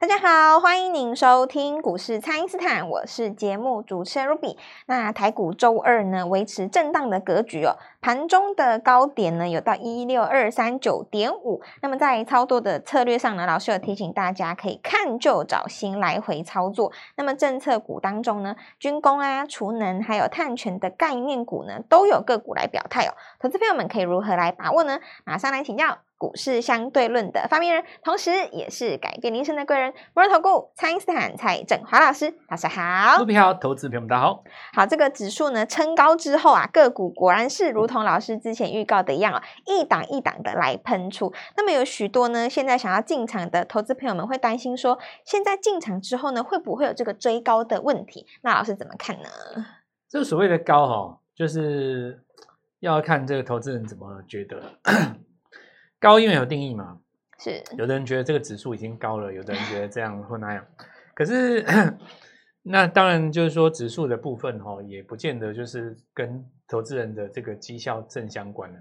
大家好，欢迎您收听股市蔡因斯坦，我是节目主持人 Ruby。那台股周二呢维持震荡的格局哦，盘中的高点呢有到一六二三九点五。那么在操作的策略上呢，老师有提醒大家可以看旧找新来回操作。那么政策股当中呢，军工啊、储能还有碳权的概念股呢，都有个股来表态哦。投资朋友们可以如何来把握呢？马上来请教股市相对论的发明人，同时也是改变人生的贵人——摩尔投顾蔡因斯坦蔡振华老师，老师好股。票投资朋友们，大家好。好，这个指数呢撑高之后啊，个股果然是嗯如同老师之前预告的一样啊，一档一档的来喷出。那么有许多呢，现在想要进场的投资朋友们会担心说，现在进场之后呢，会不会有这个追高的问题？那老师怎么看呢？这个所谓的高哈、哦，就是要看这个投资人怎么觉得 高，因为有定义嘛。是有的人觉得这个指数已经高了，有的人觉得这样或那样。可是 那当然就是说指数的部分哈、哦，也不见得就是跟投资人的这个绩效正相关了。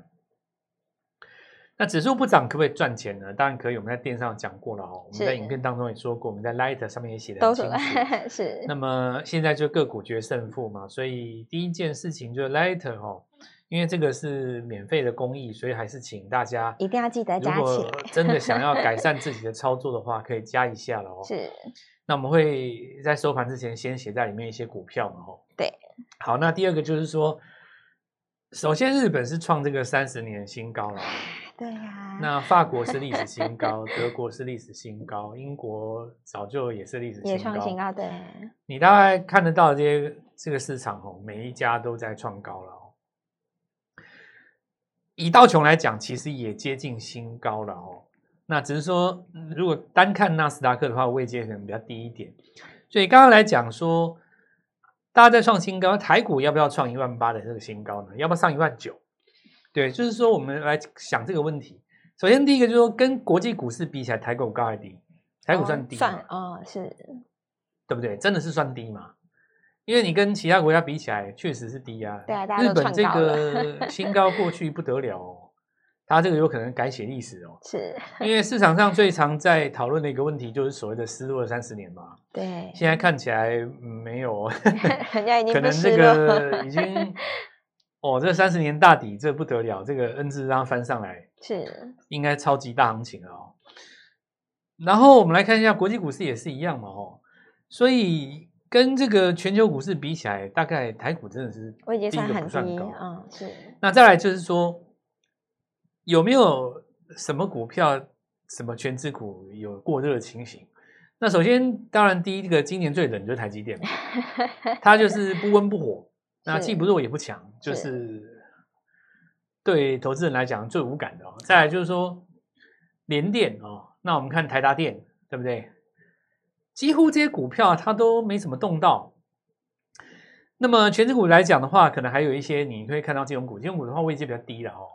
那指数不涨可不可以赚钱呢？当然可以，我们在电上讲过了哦，我是们在影片当中也说过，我们在 Light 上面也写的都清是楚。 是那么现在就个股决胜负嘛，所以第一件事情就是 Lighter 哦，因为这个是免费的公益，所以还是请大家一定要记得如加起果来真的想要改善自 己的操作的话，可以加一下了哦。是那我们会在收盘之前先写在里面一些股票嘛，哦。对。好，那第二个就是说，首先日本是创这个三十年新高了哦，对呀、那法国是历史新高，德国是历史新高，英国早就也是历史也新创高。新高，对，你大概看得到这些这个市场哦，每一家都在创高了哦。以道琼来讲，其实也接近新高了哦。那只是说，嗯如果单看纳斯达克的话，位阶可能比较低一点。所以刚刚来讲说，大家在创新高，台股要不要创一万八的这个新高呢？要不要上一万九？对，就是说我们来想这个问题。首先第一个就是说，跟国际股市比起来，台股高还低？台股哦算低嘛、算哦，是对不对？真的是算低嘛？因为你跟其他国家比起来，确实是低啊。对啊大家日都本创这高个 新高过去不得了哦，它这个有可能改写历史哦。是，因为市场上最常在讨论的一个问题，就是所谓的失落三十年 嘛。对，现在看起来嗯没有， 人家已经可不能失这落，个已经哦，这三十年大底这不得了，这个 N 字让它翻上来， 是应该超级大行情了哦。然后我们来看一下国际股市也是一样嘛哦，所以跟这个全球股市比起来，大概台股真的是我已经第一算个很不算低，高。嗯，是那再来就是说，有没有什么股票、什么全指股有过热的情形？那首先，当然第一个今年最冷就是台积电嘛， 它就是不温不火，那是既不弱也不强，就是是对投资人来讲最无感的哦。再来就是说联电哦，那我们看台达电对不对？几乎这些股票它都没什么动到。那么全指股来讲的话，可能还有一些你会看到金融股，金融股的话位阶比较低了哦。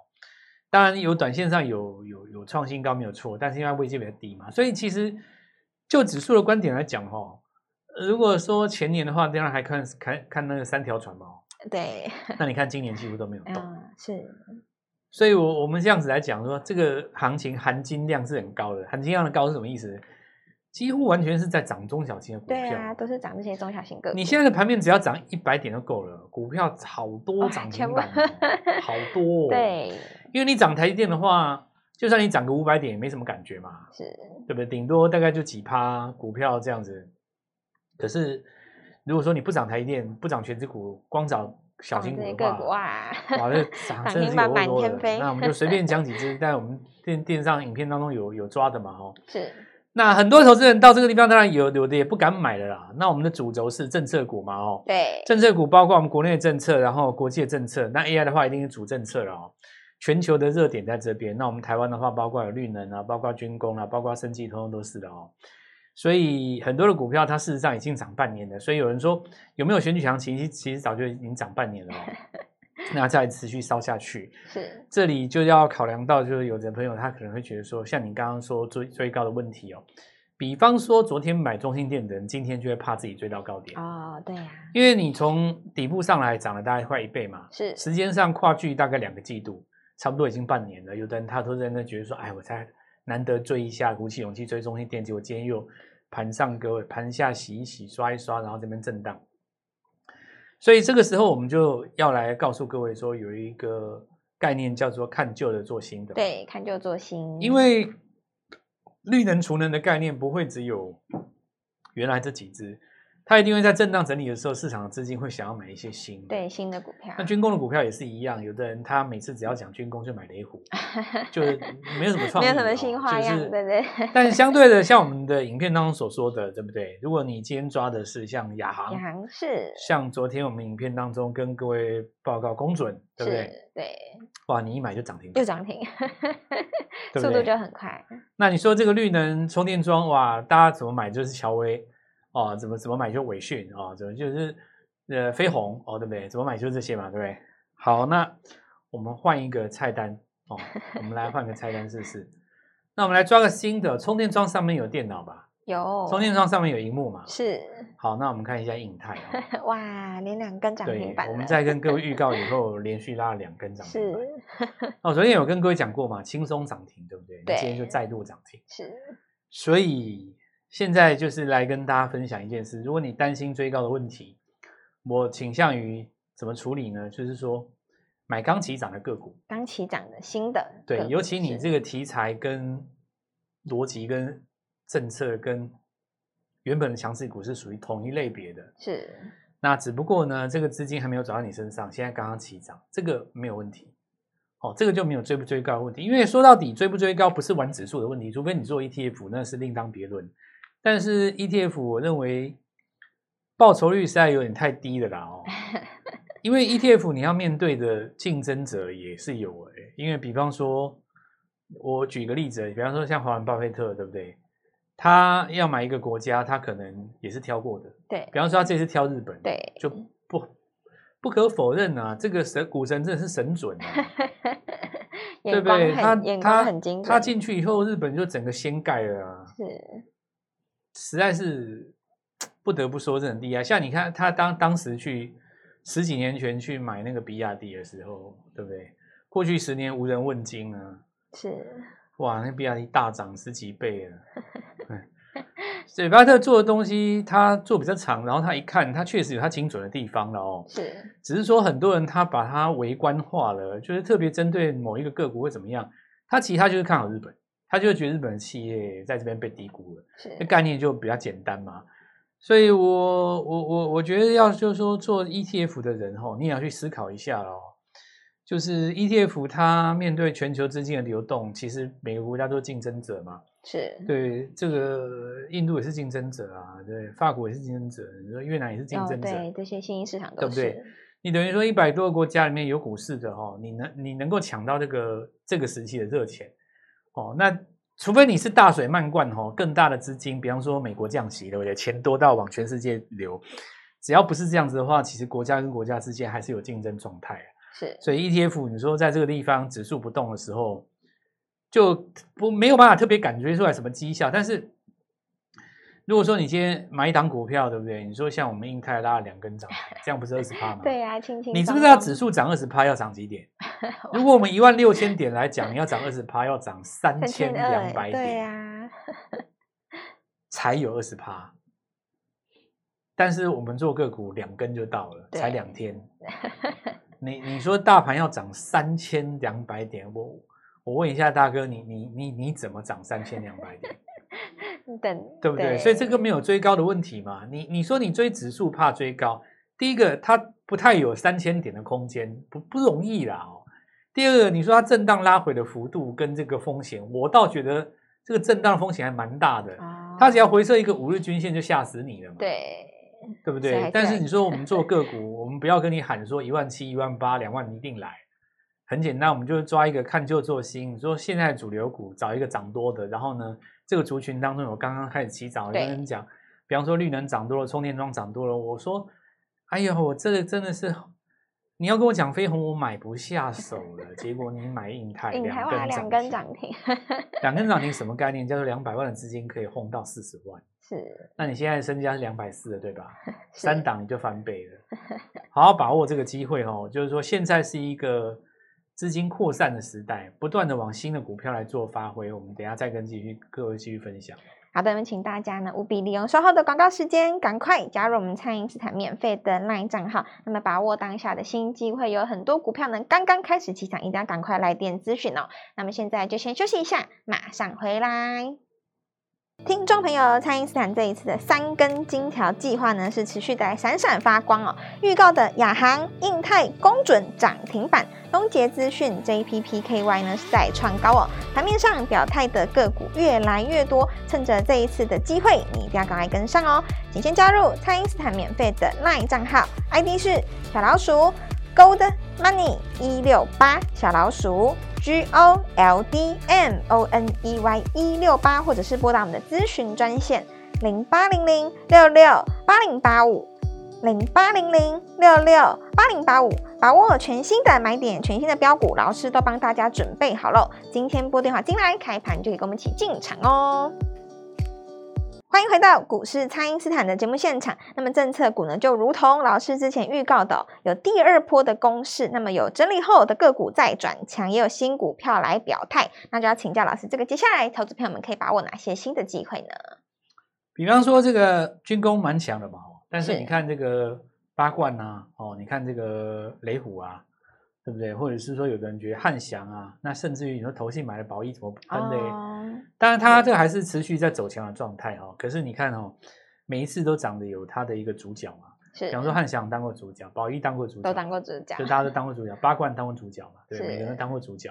当然有短线上有有有创新高没有错，但是因为它位阶比较低嘛，所以其实就指数的观点来讲哦，呃如果说前年的话，当然还看看看那个三条船嘛哦，对，那你看今年几乎都没有动，嗯，是所以我我们这样子来讲说，这个行情含金量是很高的，含金量的高是什么意思？几乎完全是在涨中小型的股票。对啊，都是涨这些中小型个股，你现在的盘面只要涨一百点就够了，股票好多哇涨全停部板哦、好多、哦。， 对因为你涨台积电的话，就算你涨个五百点也没什么感觉嘛，是对不对？顶多大概就几趴股票这样子。可是如果说你不涨台积电，不涨全指股，光涨小涨型这股些的个话，股啊，哇， 这涨涨真的停是板有够满多天飞的。那我们就随便讲几只，但我们电电上影片当中有有抓的嘛，哦。是那很多投资人到这个地方，当然有有的也不敢买了啦。那我们的主轴是政策股嘛，哦，对政策股包括我们国内的政策，然后国际的政策。那 AI 的话，一定是主政策了哦。全球的热点在这边，那我们台湾的话，包括有绿能啊，包括军工啊，包括生技，通通都是的哦。所以很多的股票，它事实上已经涨半年了。所以有人说有没有选举行情，其实其实早就已经涨半年了、哦，那再持续烧下去。是这里就要考量到，就是有的朋友他可能会觉得说，像你刚刚说追追高的问题哦，比方说昨天买中心店的人，今天就会怕自己追到高点，哦，对呀，因为你从底部上来涨了大概快一倍嘛，是时间上跨距大概两个季度，差不多已经半年了。有的人他都在那觉得说，哎，我才难得追一下，鼓起勇气追中心店，结果今天又盘上各位盘下洗一洗、刷一刷，然后这边震荡。所以这个时候我们就要来告诉各位说，有一个概念叫做看旧的做新的。，对，看旧做新，因为绿能储能的概念不会只有原来这几只，它一定会在震荡整理的时候，市场的资金会想要买一些新的。对新的股票那，军工的股票也是一样，有的人他每次只要讲军工就买雷 虎，就是没有什么创意、没哦，有什么新花样，就是对不对？但是相对 的，像我们的影片当中所说的，对不对？如果你今天抓的是像亚航，银行是像昨天我们影片当中跟各位报告公准，对不对？是，对，哇，你一买就涨停板，又涨停，对不速度对？就很快，那你说这个绿能充电桩，哇，大家怎么买就是乔威哦，怎么怎么买就伟讯哦，怎么就是呃飞鸿哦，对不对？怎么买就这些嘛，对不对？好，那我们换一个菜单哦，我们来换个菜单试试。那我们来抓个新的，充电桩上面有电脑吧？有充电桩上面有荧幕嘛？是好，那我们看一下 印泰、哦，哇，连两根涨停对板，了，我们在 跟各位预告以后，连续拉了两根涨停板。是哦，昨天有跟各位讲过嘛，轻松涨停，对不对？对今天就再度涨停。是所以现在就是来跟大家分享一件事：如果你担心追高的问题，我倾向于怎么处理呢？就是说买刚起涨的个股，刚起涨的新的个股，对，尤其你是这个题材跟逻辑跟政策跟原本的强势股是属于同一类别的。是那只不过呢，这个资金还没有转到你身上，现在刚刚起涨，这个没有问题。哦，这个就没有追不追高的问题，因为说到底追不追高不是玩指数的问题，除非你做 ETF，那是另当别论。但是 ETF 我认为报酬率实在有点太低了啦 哦，因为 ETF 你要面对的竞争者也是有诶、因为比方说，我举个例子，比方说像华人巴菲特，对不对？他要买一个国家，他可能也是挑过的，对比方说他这次挑日本，对就不不可否认啊，这个神股神真的是神准 啊，对眼不光对？他很眼光他很精准，他进去以后，日本就整个掀盖了啊，是实在是不得不说真的厉害。像你看他当当时去十几年前去买那个比亚迪的时候，对不对？过去十年无人问津啊，是哇，那比亚迪大涨十几倍了。 哎所以巴菲特做的东西，他做比较长，然后他一看，他确实有他精准的地方了哦。是只是说很多人他把它微观化了，就是特别针对某一个个股会怎么样，他其实他就是看好日本，他就觉得日本的企业在这边被低估了，这是概念就比较简单嘛。所以我我我我觉得要就是说做 ETF 的人吼，你也要去思考一下咯。就是 ETF 它面对全球资金的流动，其实每个国家都是竞争者嘛。是，对，这个印度也是竞争者啊，对，法国也是竞争者，你说越南也是竞哦争者，对这些新兴市场对都不对是你等于说一百多个国家里面有股市的哦，你能你能够抢到这个这个时期的热钱哦，那除非你是大水漫灌哦，更大的资金，比方说美国降息，对不对？钱多到往全世界流，只要不是这样子的话，其实国家跟国家之间还是有竞争状态啊。是所以 ETF 你说在这个地方指数不动的时候，就不没有办法特别感觉出来什么绩效。但是如果说你今天买一档股票，对不对？你说像我们印泰拉了两根涨停，这样不是二十趴吗？对啊呀，轻轻你知不松知道松指数涨二十趴要涨 几点？如果我们一万六千点来讲，你要涨二十趴，要涨三千两百3200对啊点呀，才有二十趴。但是我们做个股两根就到了，对才两天。你你说大盘要涨三千两百点，我我问一下大哥，你你你你怎么涨三千两百点？你嗯等对不对？所以这个没有追高的问题嘛。你你说你追指数怕追高，第一个它不太有三千点的空间，不不容易啦哦。第二个，你说它震荡拉回的幅度跟这个风险，我倒觉得这个震荡风险还蛮大的。啊，它只要回撤一个五日均线就吓死你了嘛，对对不所以还对是？但要是你说我们做个股，我们不要跟你喊说一万七、一万八、两万一定来，很简单，我们就是抓一个看旧做新。你说现在主流股找一个涨多的，然后呢，这个族群当中有刚刚开始起涨的，对有人讲，比方说绿能涨多了，充电桩涨多了，我说，哎呀，我这个真的是。你要跟我讲飞鸿，我买不下手了。结果你买 印泰，印哎台两哇根两涨根停，涨停 两根涨停什么概念？叫做两百万的资金可以轰到四十万。是那你现在身家是两百四了，对吧？是三档你就翻倍了， 好好把握这个机会哦。就是说，现在是一个资金扩散的时代，不断的往新的股票来做发挥。我们等一下再跟继续各位继续分享。好的，我们请大家呢务必利用稍后的广告时间，赶快加入我们蔡因斯坦免费的 LINE 账号。那么把握当下的新机会，有很多股票呢刚刚开始起涨，一定要赶快来电咨询哦。那么现在就先休息一下，马上回来。听众朋友，蔡因斯坦这一次的三根金条计划呢，是持续的闪闪发光哦。预告的亚航、印泰、公准涨停板，东杰资讯 JPPKY 呢是在创高哦。盘面上表态的个股越来越多，趁着这一次的机会，你一定要赶快跟上哦。请先加入蔡因斯坦免费的 LINE 账号，ID 是小老鼠 Gold Money 一六八小老鼠。G O L D M O N E Y 一六八，或者是拨打我们的咨询专线零八零零六六八零八五零八零零六六八零八五，把握全新的买点，全新的标股，老师都帮大家准备好喽。今天拨电话进来，开盘就可以跟我们一起进场哦。欢迎回到股市，蔡因斯坦的节目现场。那么政策股呢，就如同老师之前预告的、哦，有第二波的攻势。那么有整理后的个股再转强，也有新股票来表态。那就要请教老师，这个接下来投资朋友们可以把握哪些新的机会呢？比方说这个军工蛮强的嘛，哦但是是你看这个八冠啊，哦，你看这个雷虎啊，对不对？或者是说有的人觉得汉翔啊，那甚至于你说投信买了宝益怎么分类？哦，当然它这个还是持续在走强的状态哦。可是你看哦，每一次都长得有它的一个主角嘛，是，比方说汉翔当过主角，宝益当过主角，都当过主角就，大家都当过主角，八冠当过主角嘛，对，是每个人都当过主角。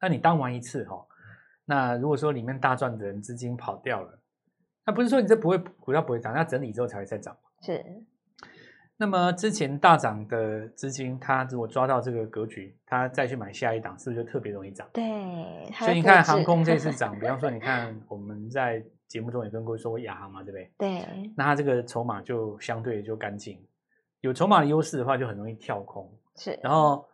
那你当完一次哈、哦，那如果说里面大赚的人资金跑掉了，那不是说你这不会股票不会涨，它整理之后才会再涨嘛。是那么之前大涨的资金，它如果抓到这个格局，它再去买下一档，是不是就特别容易涨？对。还所以有你复看制航空 这次涨，比方说你看我们在节目中也跟各位说过亚航嘛，对不对？对那它这个筹码就相对就干净，有筹码的优势的话，就很容易跳空。是，然后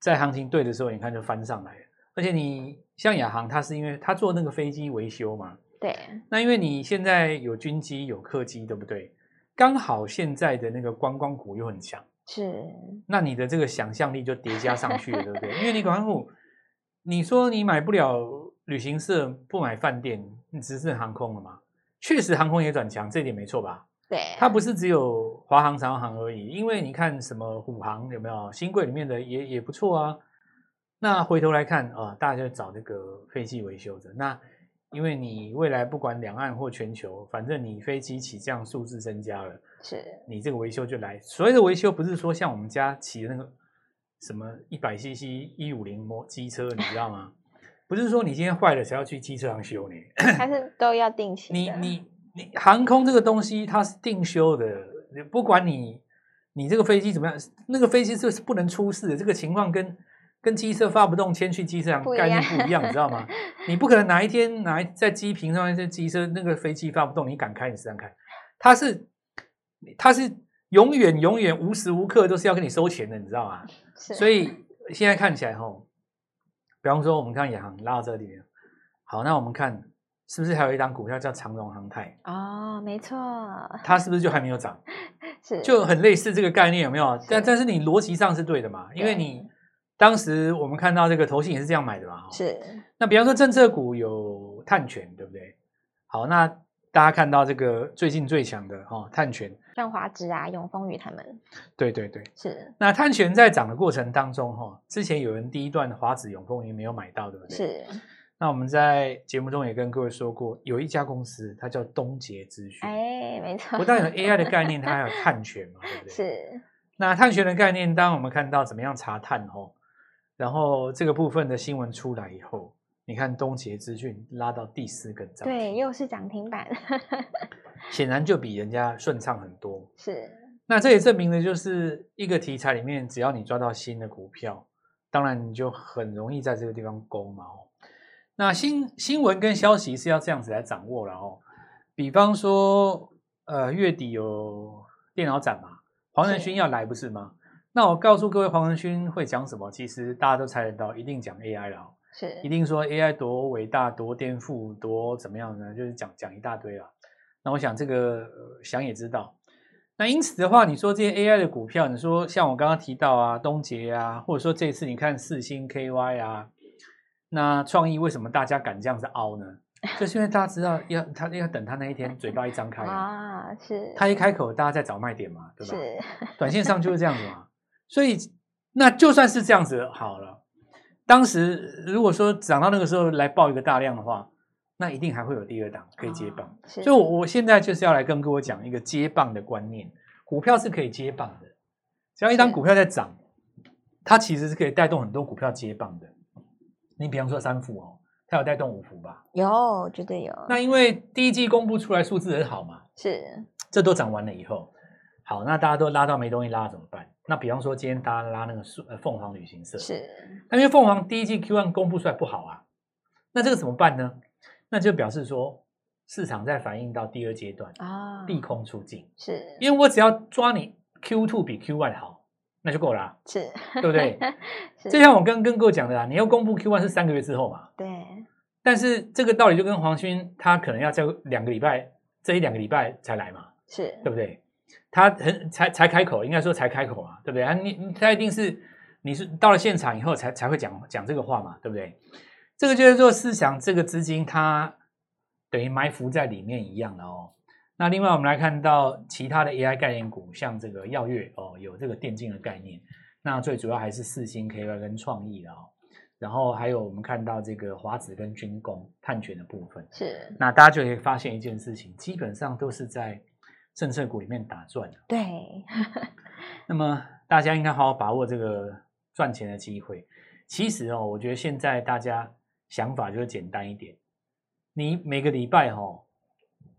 在行情对的时候，你看就翻上来了。而且你像亚航，它是因为它做那个飞机维修嘛，对那因为你现在有军机有客机，对不对？刚好现在的那个观光股又很强，是那你的这个想象力就叠加上去了，对不对？因为你观光股，你说你买不了旅行社，不买饭店，你只剩航空了嘛？确实航空也转强，这点没错吧？对，它不是只有华航、长航而已，因为你看什么虎航有没有新贵里面的也也不错啊。那回头来看啊、大家就找那个飞机维修的。那因为你未来不管两岸或全球，反正你飞机起降数字增加了，是你这个维修就来。所谓的维修，不是说像我们家骑的那个什么一百 CC 一五零摩机车，你知道吗？ 不是说你今天坏了才要去机车行修你。还是都要定期你的你你航空这个东西它是定修的，你不管你你这个飞机怎么样，那个飞机是是不能出事的。这个情况跟跟机车发不动铅去机车不行一概念样不一样，你知 道吗？你不可能哪一天哪一在机坪上面在机车那个飞机发不动，你敢开你试试看，它是它是永远永远无时无刻都是要跟你收钱的，你知道吗？是所以现在看起来吼，比方说我们看亚航拉到这里面，好，那我们看是不是还有一档股票叫长荣航太，哦，没错，它是不是就还没有涨？是就很类似这个概念有没有？但但是你逻辑上是对的嘛，因为你当时我们看到这个投信也是这样买的嘛。吼是那比方说政策股有碳权，对不对？好，那大家看到这个最近最强的哦，碳权，像华植啊、永丰宇他们对对对。是那碳权在涨的过程当中，哈，之前有人第一段华子永丰也没有买到，对不对？是，那我们在节目中也跟各位说过，有一家公司，它叫东杰资讯。哎，没错，不但有 AI 的概念，它还有碳权嘛，对不对？。 是那碳权的概念，当我们看到怎么样查碳哦，然后这个部分的新闻出来以后，你看东杰资讯拉到第四根涨停，对，又是涨停板， 显然就比人家顺畅很多。是那这也证明了，就是一个题材里面，只要你抓到新的股票，当然你就很容易在这个地方攻嘛哦。那新新闻跟消息是要这样子来掌握了哦。比方说，呃，月底有电脑展嘛，黄仁是勋要来不是吗？那我告诉各位，黄仁勋会讲什么，其实大家都猜得到，一定讲 AI 了、哦。一是定说 AI 多伟大、多颠覆、多怎么样呢？就是讲讲一大堆啦。那我想这个、呃想也知道。那因此的话，你说这些 AI 的股票，你说像我刚刚提到啊，东杰啊，或者说这次你看四星 KY 啊，那创意为什么大家敢这样子凹呢？就是因为大家知道要他要等他那一天嘴巴一张开啊， 啊，是，他一开口，大家在找卖点嘛，对吧？是，短线上就是这样子嘛。所以那就算是这样子好了，当时如果说涨到那个时候来报一个大量的话，那一定还会有第二档可以接棒。啊，是，所以我，我现在就是要来跟各位讲一个接棒的观念，股票是可以接棒的，只要一档是股票在涨，它其实是可以带动很多股票接棒的。你比方说三富哦，它有带动五福吧？有，绝对有，那因为第一季公布出来数字很好嘛，是，这都涨完了以后，好，那大家都拉到没东西拉怎么办？那比方说今天大家拉那个数呃凤凰旅行社，是，那因为凤凰第一季 Q1 公布出来不好啊，那这个怎么办呢？那就表示说市场在反映到第二阶段啊，利空出尽，是，因为我只要抓你 Q2 比 Q1 好，那就够 了啊、是，对不对？是，就像我刚跟各位讲的啦，啊你要公布 Q1 是三个月之后嘛，对，但是这个道理就跟黄勋他可能要在两个礼拜，这一两个礼拜才来嘛，是对，不对？他很才才开口，应该说才开口嘛，对不对？他你你他一定是你是到了现场以后才才会讲讲这个话嘛，对不对？这个就是说市场这个资金它等于埋伏在里面一样的哦。那另外我们来看到其他的 AI 概念股，像这个耀月哦，有这个电竞的概念，那最主要还是四星 KY 跟创意了哦。然后还有我们看到这个华子跟军工碳权的部分，是，那大家就可以发现一件事情，基本上都是在政策股里面打转的。对， 那么大家应该好好把握这个赚钱的机会。其实哦，我觉得现在大家想法就是简单一点，你每个礼拜哦，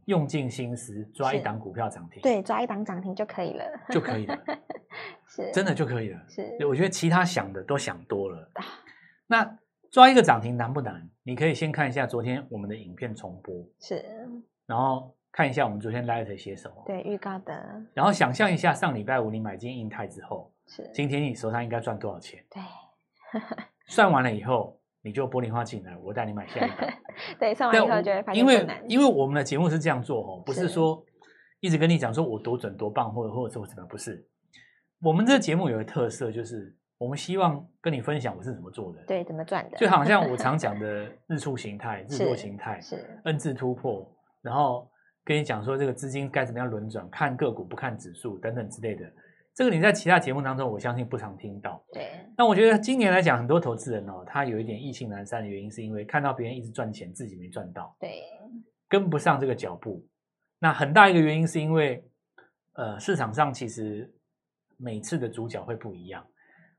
用尽心思抓一是档股票涨停，，对，抓一档涨停就可以了， 就可以了，是，真的就可以了。是对我觉得其他想的都想多了啊。那抓一个涨停难不难？你可以先看一下昨天我们的影片重播，是，然后看一下我们昨天 Light 写什么。对，预告的然后想象一下，上礼拜五你买进印泰之后，是，今天你手上应该赚多少钱？对，算完了以后，你就玻璃花进来，我带你买 下一档。对，上完但以后我就会发现因更为难，因为我们的节目是这样做哦，不是是说一直跟你讲说我多准多棒，或者或者或者怎么样，不是。我们这个节目有个特色，就是我们希望跟你分享我是怎么做的。，对，怎么赚的，就好像我常讲的日出形态、日落是形态、是， N 字突破，然后跟你讲说这个资金该怎么样轮转，看个股不看指数等等之类的。这个你在其他节目当中，我相信不常听到。对，那我觉得今年来讲，很多投资人哦，他有一点意兴阑珊的原因，是因为看到别人一直赚钱，自己没赚到，对，跟不上这个脚步。那很大一个原因是因为，呃，市场上其实每次的主角会不一样。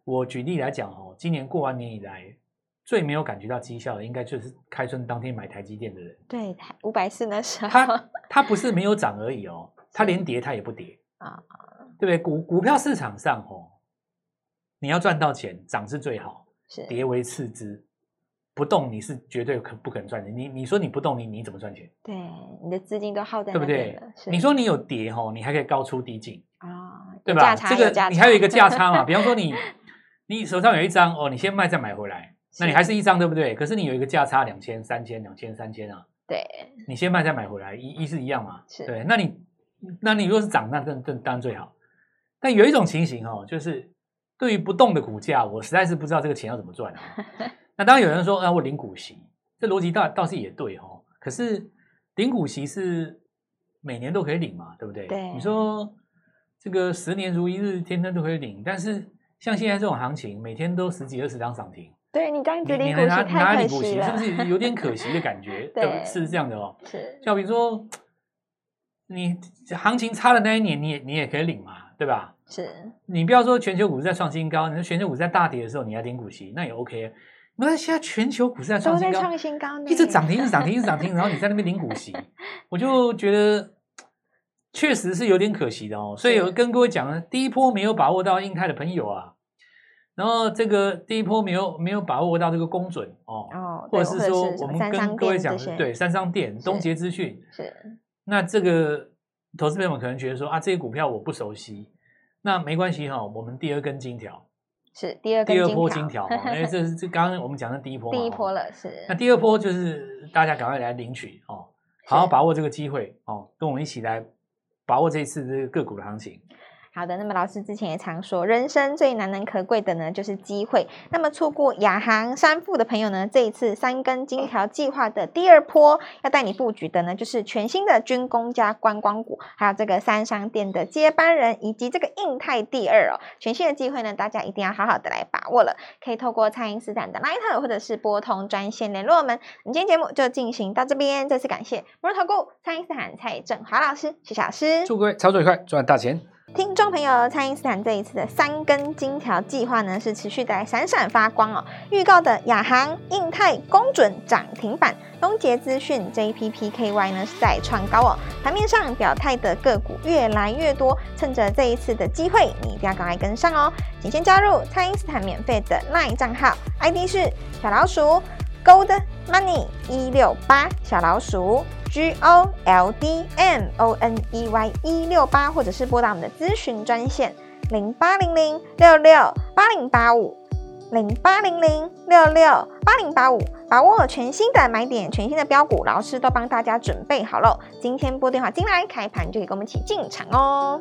我举例来讲哦，今年过完年以来，最没有感觉到绩效的，应该就是开春当天买台积电的人。对，五百四那 时候它它不是没有涨而已哦，它连跌它也不跌啊啊，对不对？股股票市场上哦，你要赚到钱，涨是最好，是跌为次之，不动你是绝对可不可能赚钱。你你说你不动你你怎么赚钱？对，你的资金都耗在对不那边对了。？是你说你有跌哦，你还可以高出低进，啊，有对价吧？差这有个价你还有一差个 价差嘛，比方说你你手上有一张哦，你先卖再买回来，那你还是一张对不对？可是你有一个价差两千、三千、两千、三千啊，对，你先卖再买回来，一一是一样嘛？是对，那你那你如果是涨，那更更当然最好。但有一种情形哦，就是对于不动的股价，我实在是不知道这个钱要怎么赚 啊。那当然有人说，啊，我领股息，这逻辑倒倒是也对哦。可是领股息是每年都可以领嘛，对不对？对你说这个十年如一日，天天都可以领，但是像现在这种行情，每天都十几二十张涨停，对你这样子你你领股还拿息拿太领可股惜息，是了不，是有点可惜的 感觉？对不是这样的哦。是像比如说，你行情差的那一年，你也你也可以领嘛，对吧？是你不要说全球股市在创新高，你说全球股市在大跌的时候你还领股息，那也 OK。你说现在全球股市在都创新在高，创新高呢，一直涨停，一直涨停，一直涨停，然后你在那边领股息，我就觉得确实是有点可惜的哦。所以是有跟各位讲呢，第一波没有把握到印泰的朋友啊，然后这个第一波没有没有把握到这个公准哦，哦，或对者是者说什我么们三跟商各位店讲这的些，对三商店、东是杰资讯，是那这个投资朋友们可能觉得说啊，这些股票我不熟悉，那没关系哈、我们第二根金条，是第二根第二波 金条条，哈、因为这是这刚刚我们讲的第一波嘛，第一波哦了，是那第二波就是大家赶快来领取哦，好好是把握这个机会哦，跟我们一起来把握这一次这个个股的行情。好的，那么老师之前也常说，人生最难能可贵的呢就是机会。那么错过亚航、三富的朋友呢，这一次三根金条计划的第二波要带你布局的呢，就是全新的军工加观光股，还有这个三商店的接班人，以及这个印泰第二哦，全新的机会呢，大家一定要好好的来把握了。可以透过蔡英斯坦的 Line 或者是拨通专线联络我们。我们今天节目就进行到这边，再次感谢摩尔投顾蔡英斯坦蔡振华老师、徐老师。祝各位操作愉快，赚大钱！听众朋友，蔡英斯坦这一次的三根金条计划呢，是持续的闪闪发光哦。预告的亚航、印泰、公准涨停板，东杰资讯 JPPKY 呢是在创高哦。盘面上表态的个股越来越多，趁着这一次的机会，你一定要赶快跟上哦。请先加入蔡英斯坦免费的 LINE 账号，ID 是小老鼠 Gold Money 一六八小老鼠。G O L D M O N E Y 一六八，或者是拨打我们的咨询专线零八零零六六八零八五零八零零六六八零八五，把握全新的买点，全新的标股，老师都帮大家准备好喽。今天拨电话进来，开盘就可以跟我们一起进场哦。